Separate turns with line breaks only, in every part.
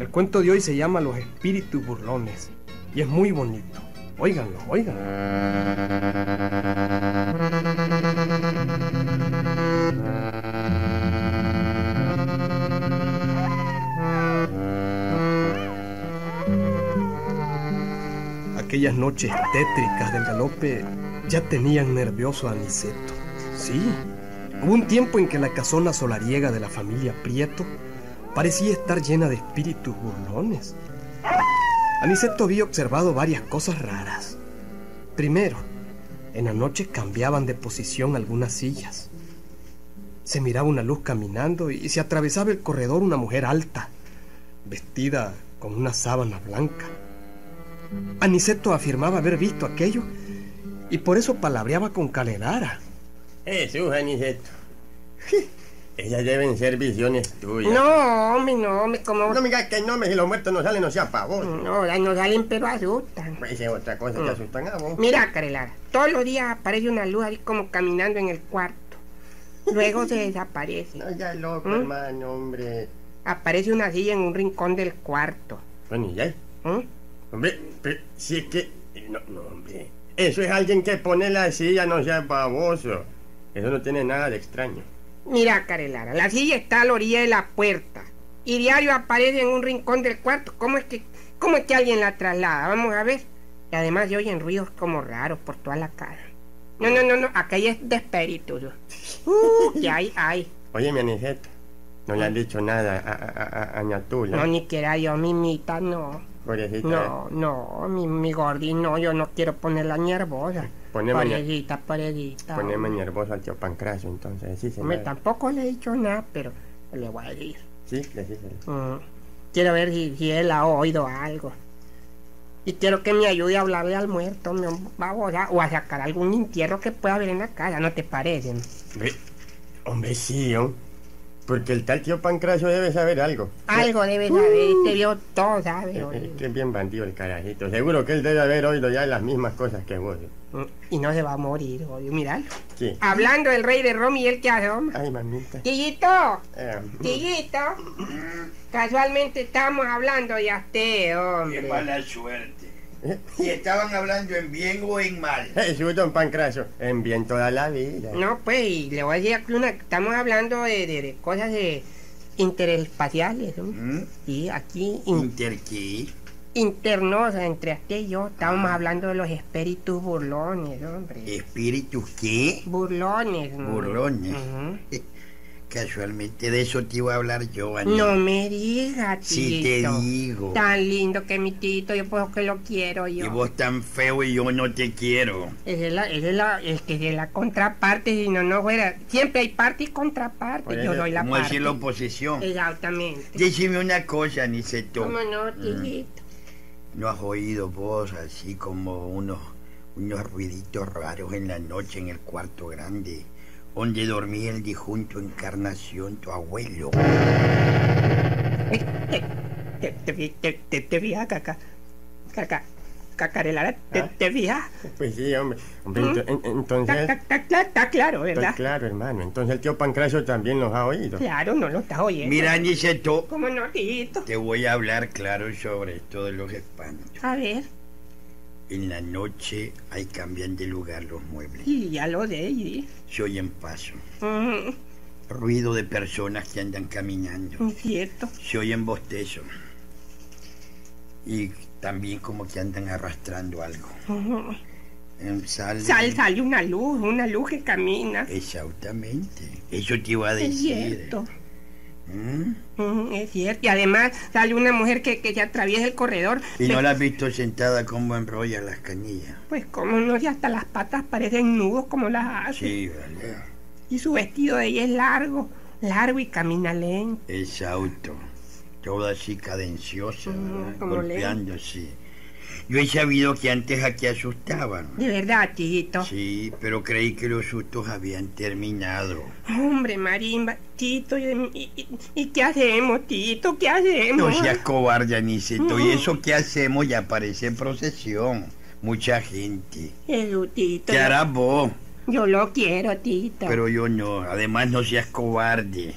El cuento de hoy se llama Los espíritus burlones y es muy bonito. Óiganlo, óiganlo. Aquellas noches tétricas del galope ya tenían nervioso a Niceto. Sí, hubo un tiempo en que la casona solariega de la familia Prieto parecía estar llena de espíritus burlones. Aniceto había observado varias cosas raras. Primero, en la noche cambiaban de posición algunas sillas. Se miraba una luz caminando y se atravesaba el corredor una mujer alta, vestida con una sábana blanca. Aniceto afirmaba haber visto aquello y por eso palabreaba con Calenara.
Jesús, Aniceto. Esas deben ser visiones tuyas.
No, hombre, no, hombre, como...
No me digas que hay nombres y los muertos no salen, no sea pavón.
No, ya no salen, pero asustan.
Pues Esa es otra cosa que asustan a vos.
Mm. Mira, Carelara, todos los días aparece una luz ahí como caminando en el cuarto. Luego se desaparece.
No ya loco,
¿Mm?
hermano, hombre.
Aparece una silla en un rincón del cuarto.
Bueno, ¿y ya?
¿Mm?
Hombre, pero si es que... eh, No, no, hombre. Eso es alguien que pone la silla, no sea baboso. Eso no tiene nada de extraño.
Mira, Carelara, la silla está a la orilla de la puerta. Y diario aparece en un rincón del cuarto. ¿Cómo es que, cómo es que alguien la traslada? Vamos a ver. Y además se oyen ruidos como raros por toda la casa. No, no, no, no, aquella es de espíritus. Uh, que hay, hay.
Oye, mi Aniceto. No le han dicho nada a, a, a, a Ñatula.
Mm. No, ni quiera yo, mimita, no.
Pobrecita,
No, no, mi, mi gordi, no, yo no quiero ponerla nervosa.
Poneme ñe-
Pobrecita, pobrecita.
Poneme eh, nervioso al tío Pancraso, entonces. Sí,
Hombre,
señor.
tampoco le he dicho nada, pero le voy a decir.
Sí, decíselo.
Mm, Quiero ver si, si él ha oído algo. Y quiero que me ayude a hablarle al muerto, mi hom- babosa, o a sacar algún entierro que pueda haber en la casa, ¿no te parece?
Ve- Hombre, sí, ¿oh? Porque el tal tío Pancracio debe saber algo.
Algo debe saber, este vio todo, ¿sabes?
Es que es bien bandido el carajito. Seguro que él debe haber oído ya las mismas cosas que vos. ¿eh?
Mm, Y no se va a morir, obvio, miralo.
Sí.
Hablando del rey de Roma y él que asoma.
Ay, mamita.
¡Tillito!
Eh,
Tillito, casualmente estamos hablando de usted,
Qué
hombre.
mala suerte. Si estaban hablando en bien o en mal.
Jesús, don Pancracio. En bien toda la vida.
No, pues, y le voy a decir aquí una, estamos hablando de, de- de cosas de interespaciales, ¿no?
¿Mm?
Y aquí in-
Interquí.
internos entre usted y yo estamos
Ah.
hablando de los espíritus burlones, hombre.
¿Espíritus qué?
Burlones, ¿no?
Burlones.
Ujú.
Casualmente de eso te iba a hablar yo, Ani.
No me digas, tito.
Si te digo.
Tan lindo que mi tito, yo puedo que lo quiero yo.
Y vos tan feo y yo no te quiero.
Esa es la, esa es la, es que es la contraparte, si no, no fuera. Siempre hay parte y
Por
contraparte.
eso,
Yo doy la
Como
parte.
decir la oposición.
Exactamente.
Decime una cosa, Niceto.
¿Cómo no, tijito?
¿No has oído vos así como unos, unos ruiditos raros en la noche en el cuarto grande? Donde dormía el disjunto Encarnación, tu abuelo.
Te, te, vi- te, te, te fijas, caca. Caca. Cacarelara, te,
¿Ah?
te fijas.
Pues sí, hombre. Hombre, ento- en-
Está,
entonces.
está- está cla- está claro,
Pues
Mm. ¿verdad?
claro, hermano. Entonces el tío Pancracio también los ha oído.
Claro, no lo estás oyendo.
Mira, Niceto,
¿Cómo no, tijito?
te voy a hablar claro sobre esto de los espantos.
A ver,
En la noche ahí cambian de lugar los muebles.
sí, ya lo de y-
Se oyen pasos,
Mm,
ruido de personas que andan caminando.
es mm, cierto.
se oyen bostezos y también como que andan arrastrando algo. Em, sale-
Sal, sale una luz, una luz que camina.
Exactamente, eso te iba a
Es
decir. eh. ¿Mm?
cierto. Ujú, Es cierto, y además sale una mujer que, que se atraviesa el corredor.
Y no la has visto sentada como enrolla las canillas.
Pues como no, si hasta las patas parecen nudos como las hace.
Sí, vale.
Y su vestido de ella es largo, largo y camina lento.
Es auto. Toda así cadenciosa, ¿verdad?
como
golpeándose. Yo he sabido que antes aquí asustaban.
De verdad, Tito.
Sí, pero creí que los sustos habían terminado.
Hombre, Marimba, Tito, ¿y, y- y- y qué hacemos, Tito? ¿Qué hacemos?
No seas cobarde, Aniceto. ¿Y eso qué hacemos? Ya parece procesión. Mucha gente.
Jesús, Tito,
¿Qué harás vos?
yo lo quiero, Tito.
Pero yo no. Además, no seas cobarde.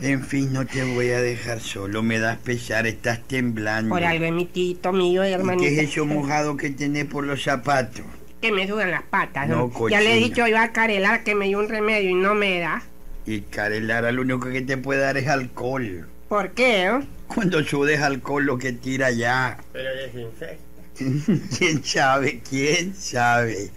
En fin, no te voy a dejar solo. Me das pesar. Estás temblando.
Por algo es mi Tito, mío,
¿Y
hermanito.
¿Qué es eso mojado que tenés por los zapatos?
Que me sudan las patas.
No,
hombre. ya le he
cochina.
dicho yo a Carelar que me dio un remedio y no me da.
Y Carelara, lo único que te puede dar es alcohol.
¿Por qué? eh?
Cuando sudes alcohol, lo que tira ya.
Pero desinfecta.
¿Quién sabe? ¿Quién sabe?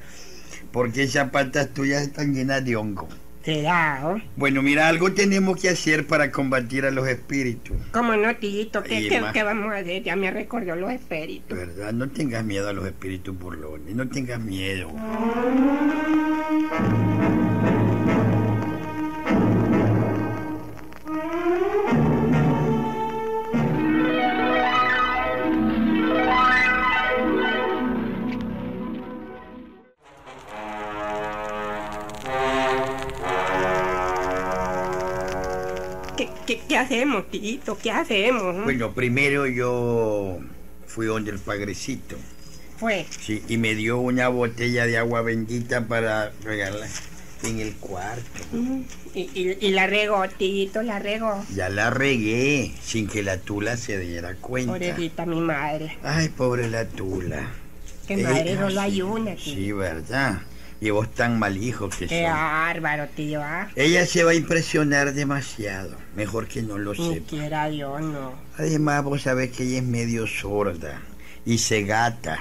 Porque esas patas tuyas están llenas de hongo.
Será, ¿eh?
Bueno, mira, algo tenemos que hacer para combatir a los espíritus.
¿Cómo no, Tito? ¿Qué,
Y
qué-
más.
qué vamos a hacer? Ya me recordó los espíritus.
¿Verdad? No tengas miedo a los espíritus burlones. No tengas miedo.
¿Qué, qué, qué hacemos, Tito? ¿Qué hacemos? eh?
Bueno, primero yo fui donde el pagrecito.
Fue.
Sí, y me dio una botella de agua bendita para regalar en el cuarto.
Y, y- y la regó, Tito, la regó.
Ya la regué sin que la tula se diera cuenta.
Pobrecita mi madre.
Ay, pobre la tula.
Que
Eh,
madre solo
ah, sí,
hay una, tío.
Sí, verdad. Y vos tan mal hijo que
Qué
sos.
bárbaro, tío, ¿ah?
Ella se va a impresionar demasiado. Mejor que no lo
Ni
sepa.
quiera Dios, no.
Además, vos sabés que ella es medio sorda y se gata.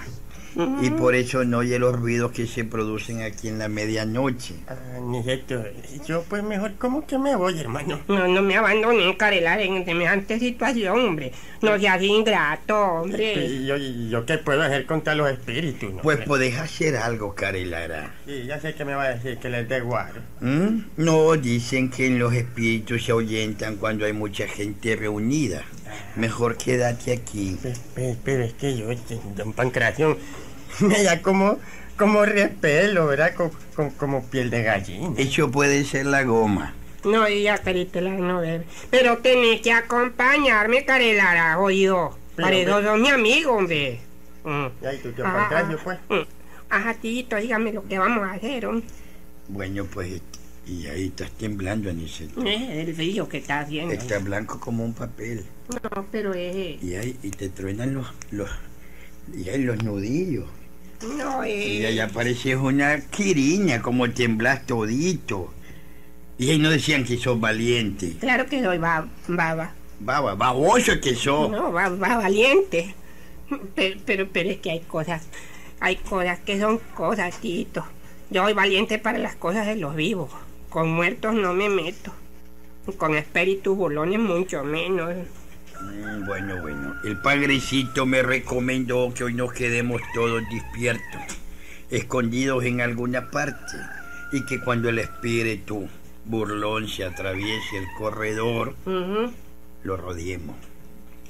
Y por eso no oye los ruidos que se producen aquí en la medianoche.
Ah, Niceto, yo pues mejor como que me voy, hermano.
No, no me abandoné, Carelar, en semejante situación, hombre. No seas ingrato, hombre.
¿Y yo, y yo qué puedo hacer contra los espíritus? no?
Pues podés hacer algo, Carelara.
pues-
Sí, ya sé que me va a decir que les dé guaro.
¿Mm? No, dicen que los espíritus se ahuyentan cuando hay mucha gente reunida. Mejor quédate aquí.
Pe- pe- Pero es que yo, este, don Pancración, me da como, como repelo, ¿verdad? Co- co- como piel de gallina.
Eso puede ser la goma.
No digas, Caritela, no bebe. Pero tenés que acompañarme, Carelara, oído.
Pero,
Paredo,
pero-
son mi amigo, hombre. Mm.
Y ahí tú, tío
Ah,
Pancracio, pues.
mm. Ajá, Tito, dígame lo que vamos a hacer, hombre.
Bueno, pues, y ahí estás temblando, Aniceto.
Eh, el frío que está haciendo.
Está blanco como un papel.
No, pero eh, es...
Y ahí y te truenan los, los, y ahí los nudillos.
No, eh,
Y
es...
ahí apareces una quiriña, como temblás todito. Y ahí no decían que sos valiente.
Claro que soy ba- baba.
Baba, baboso que
Oh.
sos.
No, va, va valiente. Pero, pero, pero es que hay cosas, hay cosas que son cosas, Tito. Yo soy valiente para las cosas de los vivos. Con muertos no me meto. Y Con espíritus bolones mucho menos.
Mm, Bueno, bueno. El padrecito me recomendó que hoy nos quedemos todos despiertos, escondidos en alguna parte, y que cuando el espíritu burlón se atraviese el corredor,
Ujú.
lo rodeemos.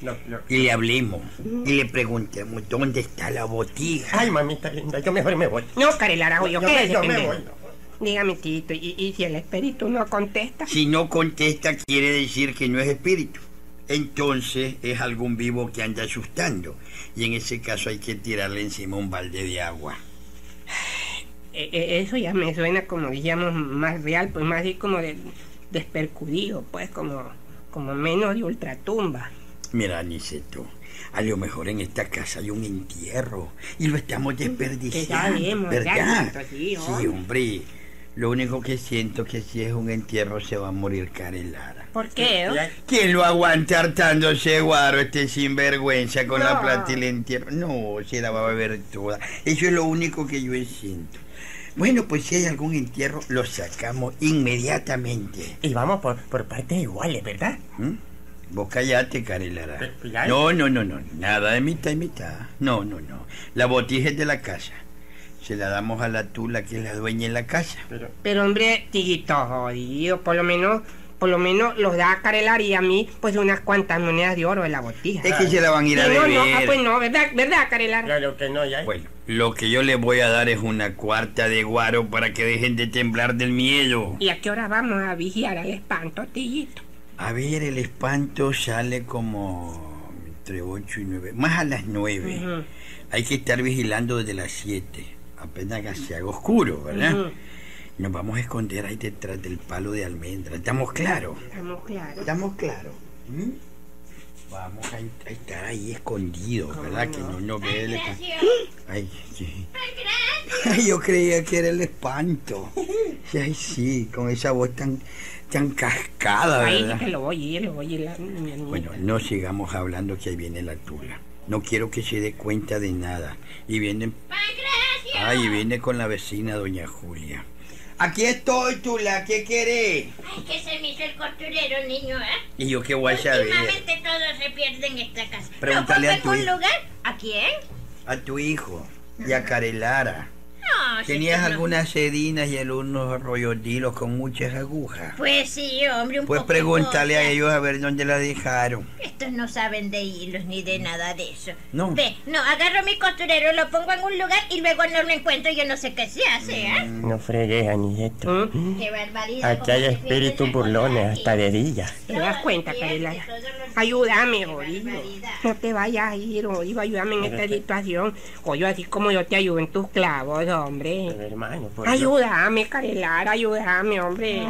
No, no.
Y le hablemos. Y le preguntemos dónde está la botija.
Ay, mamita linda, yo mejor me voy.
No, Carelara,
Yo
yo,
me-
¿qué
yo me voy.
Dígame, Tito, ¿y, y si el espíritu no contesta?
Si no contesta, quiere decir que no es espíritu. Entonces es algún vivo que anda asustando. Y en ese caso hay que tirarle encima un balde de agua.
Eh, eh, eso ya me suena, como digamos, más real, pues más así como de, despercudido, pues como, como menos de ultratumba.
Mira, Aniceto, a lo mejor en esta casa hay un entierro y lo estamos desperdiciando.
sabemos,
¿Verdad?
Aniceto, sí,
Sí, hombre. Lo único que siento es que si es un entierro se va a morir Karen Lara.
¿Por qué?
Ya-
¿Quién lo aguanta hartándose, Guaro, este sinvergüenza con la
No.
plata y el entierro? No, se la va a beber toda. Eso es lo único que yo siento. Bueno, pues si hay algún entierro, lo sacamos inmediatamente.
Y vamos por, por partes iguales, ¿verdad?
Vos callate, Carilara.
Pe- ya-
No, no, no, no. Nada de mitad y mitad. No, no, no. La botija es de la casa. Se la damos a la tula que es la dueña de la casa.
Pero hombre, tiguito jodido, por lo menos, por lo menos los da a Carelar y a mí, pues unas cuantas monedas de oro de la botija.
Es que se la van a ir a
no, no, ah, pues
beber.
no, ¿verdad, verdad, Carelar?
Claro que no, ya.
Bueno, lo que yo le voy a dar es una cuarta de guaro para que dejen de temblar del miedo.
¿Y a qué hora vamos a vigiar al espanto, tiguito?
A ver, el espanto sale como entre 8 y 9. Más a las 9. Hay que estar vigilando desde las 7. Apenas que se haga oscuro, ¿verdad? Nos vamos a esconder ahí detrás del palo de almendra. ¿Estamos claros?
Estamos claros.
Estamos claros. ¿Mm? Vamos a, a estar ahí escondidos, ¿verdad? Que no nos ve el espanto. Ay, sí. Ay, yo creía que era el espanto. Ay, sí, con esa voz tan, tan cascada,
Ahí
¿verdad?
que lo voy a ir, lo voy a ir. la- mi amiga.
Bueno, no sigamos hablando que ahí viene la tula. No quiero que se dé cuenta de nada. Y viene... Ay, y viene con la vecina doña Julia. Aquí estoy, tula, ¿qué querés?
Ay, que se me hizo el costurero, niño, ¿eh?
Y yo qué voy a saber.
Últimamente todos se pierden en esta casa.
Pregúntale
¿Lo
a
pongo
tu
en
hijo.
un lugar? ¿A quién?
A tu hijo y a Carelara.
No, si
Tenías
tú no-
algunas sedinas y algunos rollodilos con muchas agujas.
Pues sí, hombre, un
Pues
poquito,
pregúntale
o
a
sea,
ellos a ver dónde la dejaron.
Estos no saben de hilos ni de nada de eso.
No.
Ve, no, agarro mi costurero, lo pongo en un lugar y luego no lo encuentro. Yo no sé qué se hace, ¿eh?
No fregues, Aniceto.
Qué barbaridad.
Aquí hay espíritus burlones hasta de día.
¿Te das cuenta, Carelar? Ayúdame, jodido. No te vayas a ir, jodido. Ayúdame en esta situación. Oye, así como yo te ayudo en tus clavos, hombre.
Pero hermano, por Dios.
Ayúdame, Carelar, ayúdame, hombre.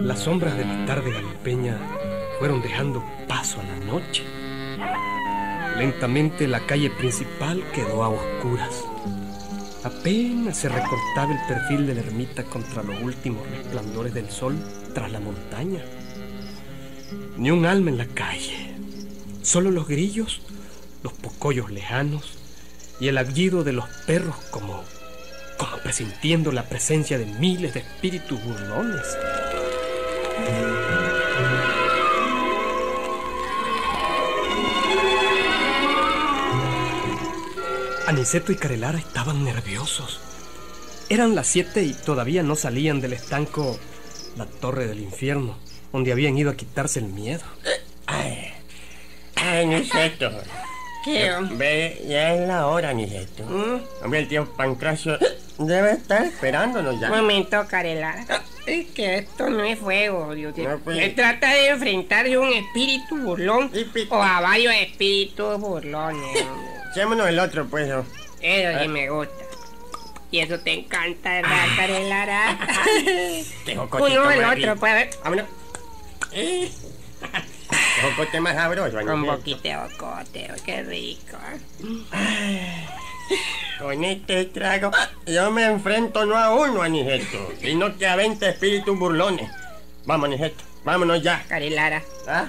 Las sombras de la tarde galopeña fueron dejando paso a la noche. Lentamente la calle principal quedó a oscuras. Apenas se recortaba el perfil de la ermita contra los últimos resplandores del sol tras la montaña. Ni un alma en la calle. Solo los grillos, los pocollos lejanos y el aullido de los perros como, como presintiendo la presencia de miles de espíritus burlones. Aniceto y Carelara estaban nerviosos. Eran las siete y todavía no salían del estanco la Torre del Infierno, donde habían ido a quitarse el miedo.
Ay, Aniceto. Ve, ya es la hora, Aniceto.
¿Mm?
Hombre, el tío Pancracio debe estar esperándonos ya.
Un momento, Carelar. Es que esto no es fuego, Dios mío.
No, pues.
Se trata de enfrentarse a un espíritu burlón
Y pi-
o a varios espíritus burlones. hombre.
Echémonos el otro, pues.
oh,
¿no?
Eso sí me gusta. Y eso te encanta, ¿verdad, Carelara?
Ah. Qué jocotito
Uno el
más
otro,
rico.
pues a ver.
Vámonos. Eh. Qué jocote este más sabroso,
Con
Aniceto.
boquita de bocoteo, qué rico. ¿eh?
Con este trago yo me enfrento no a uno, Aniceto, sino que a 20 espíritus burlones. Vamos, Aniceto, vámonos ya.
Carelara,
¿Ah?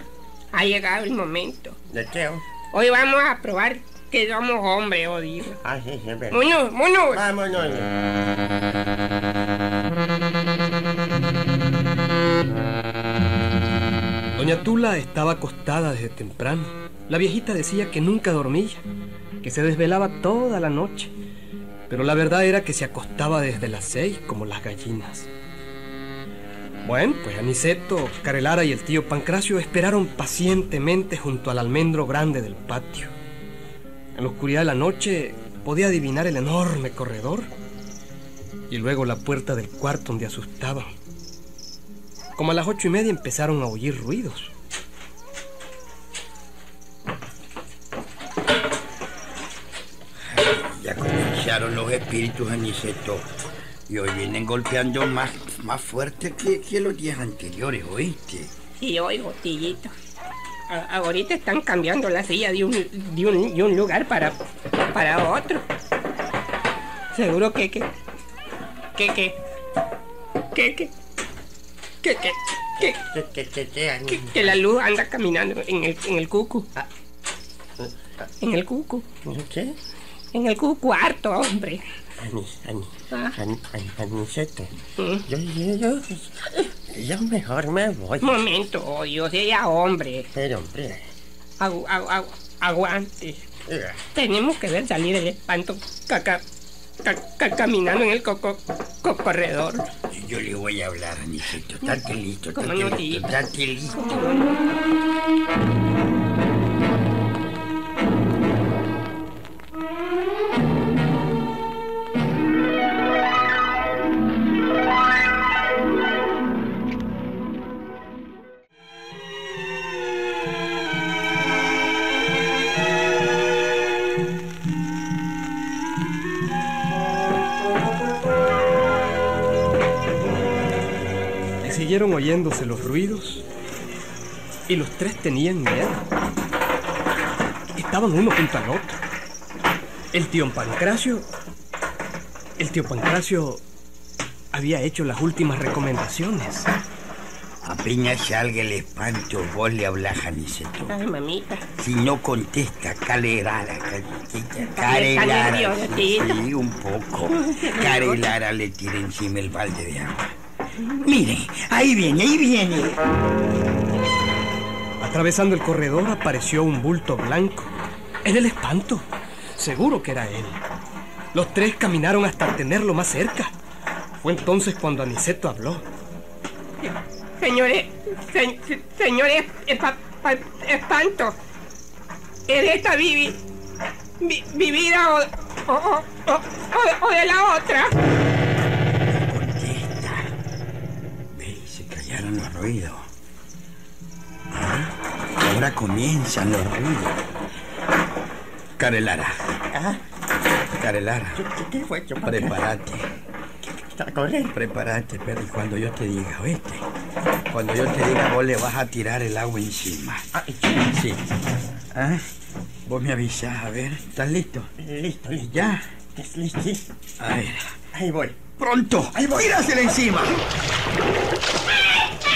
ha llegado el momento.
¿De qué? oh?
Hoy vamos a probar que somos hombres, oh, odio.
Ah, sí, sí, es verdad.
Mono, mono.
Vámonos.
Doña Tula estaba acostada desde temprano. La viejita decía que nunca dormía, que se desvelaba toda la noche. Pero la verdad era que se acostaba desde las seis, como las gallinas. Bueno, pues Aniceto, Carelara y el tío Pancracio esperaron pacientemente junto al almendro grande del patio. En la oscuridad de la noche podía adivinar el enorme corredor y luego la puerta del cuarto donde asustaban. Como a las ocho y media empezaron a oír ruidos.
Ya comenzaron los espíritus Aniceto. Y hoy vienen golpeando más, Más fuerte que, que los días anteriores, ¿oíste?
Sí, oigo, tillito. A- ahorita están cambiando la silla de un, de un, de un lugar para, para otro. Seguro que, que, que, que, que, que, que, que, que,
¿Qué, qué, qué, qué,
que,
Ani?
que la luz anda caminando en el, en el cucu. En el cucu.
¿Qué?
En el cucu harto, hombre.
Ani, Ani,
Ah.
Ani, Ani, Aniceto.
Mm.
Yo, yo, yo, yo mejor me voy.
Momento, oh, yo sea hombre.
Pero, hombre,
Agu- agu- agu- aguante.
mira,
Tenemos que ver salir el espanto caca, ca- ca- caminando en el coco, co- corredor.
Yo le voy a hablar, Aniceto. Date listo,
¿Cómo
date
no,
listo,
tía?
date listo.
Y siguieron oyéndose los ruidos y los tres tenían miedo. Estaban uno junto al otro. El tío Pancracio, el tío Pancracio había hecho las últimas recomendaciones.
Apenas salga el espanto, vos le hablás, Aniceto.
Ay, mamita.
Si no contesta, calerara, calentita,
También está
carelara.
nervioso,
Sí,
tito.
sí, un poco. Carelara le tira encima el balde de agua. Mire, ahí viene, ahí viene.
Atravesando el corredor apareció un bulto blanco. Era el espanto. Seguro que era él. Los tres caminaron hasta tenerlo más cerca. Fue entonces cuando Aniceto habló.
Señores, se- se- señores, espa- pa- espanto. ¿Es esta Vivi? Mi, mi vida o, o, o, o- o de la otra?
Contesta. Ve, se callaron los ruidos. Ah, Ahora comienzan los ruidos. Carelara,
ah,
Carelara,
¿qué, qué, qué fue? Yo,
prepárate.
para correr.
Prepárate, pero y cuando yo te diga, ¿oíste? Cuando yo te diga, vos le vas a tirar el agua encima. Sí. ¿Ah? Vos me avisás, a ver, ¿estás listo?
Listo, listo.
Ya.
¿Estás listo?
A ver.
Ahí voy.
¡Pronto! ¡Ahí voy! ¡Tírasela encima!
¿Quién me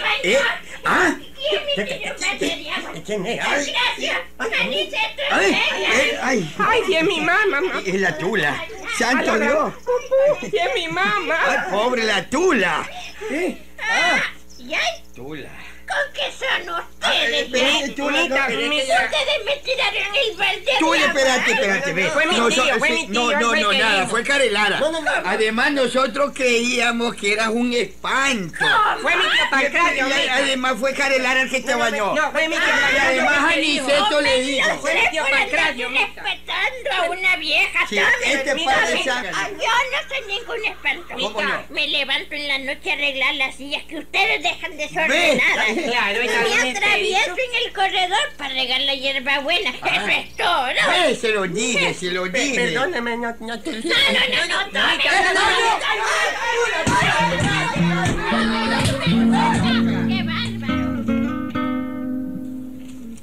bañó?
¿Eh? ¿Ah?
¿Quién me tiró un balde de agua?
¿Quién es? Ay,
¡Gracias! ¡Maniceto,
¡Ay!
en serio!
¡Eh! ¡Ay!
Ay, si es mi mamá, mamá.
¡Es la tula!
A la
¡Santo
gran-
Dios!
Si es mi
¡Ay,
mamá.
pobre la tula! ¿Eh? ¡Ah!
¿Y ay?
¡Tula!
¿Con qué son
Ay,
ustedes?
espérate,
ay?
tula, no,
mamita,
espérate.
mamita.
Ustedes me tiraron el balde de
Tú,
agua.
espérate, espérate, ve.
Fue mi
No,
tío,
so-
fue
sí,
mi tío,
No,
él
no,
fue el
no,
que
nada,
dijo.
fue Carelara. Además, nosotros creíamos que eras un espanto.
Fue mi tío
Y- y-
Pancracio.
y- además, fue Carelara el que te bañó.
No, fue mi tío
Y
Pancracio.
además,
el que dijo.
Aniceto le dijo.
Yo
Fue el tío Pancracio, mija.
respetando a una vieja,
Sí,
¿sabes?
este
Mira,
padre
ve,
saca.
ah, Yo no soy ningún espanto.
¿Cómo
mija.
no?
Me levanto en la noche a arreglar las sillas que ustedes dejan
Ve,
desordenadas.
claro, es algo
Me atravieso
enterito.
en el corredor para regar la hierba buena. Eso es todo.
Eh, se lo dije, se lo
Pe-
dije.
Perdóname, no, no te
No, no, no, no, no,
no,
no, no. ¡Qué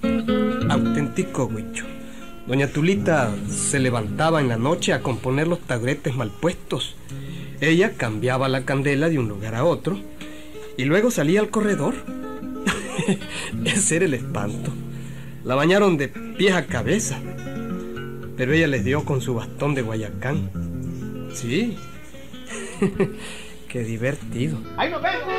bárbaro!
Auténtico huicho. Doña Tulita se levantaba en la noche a componer los taburetes mal puestos. Ella cambiaba la candela de un lugar a otro y luego salía al corredor. Ese era el espanto. La bañaron de pies a cabeza. Pero ella les dio con su bastón de Guayacán. Sí. Qué divertido.
¡Ahí nos vemos!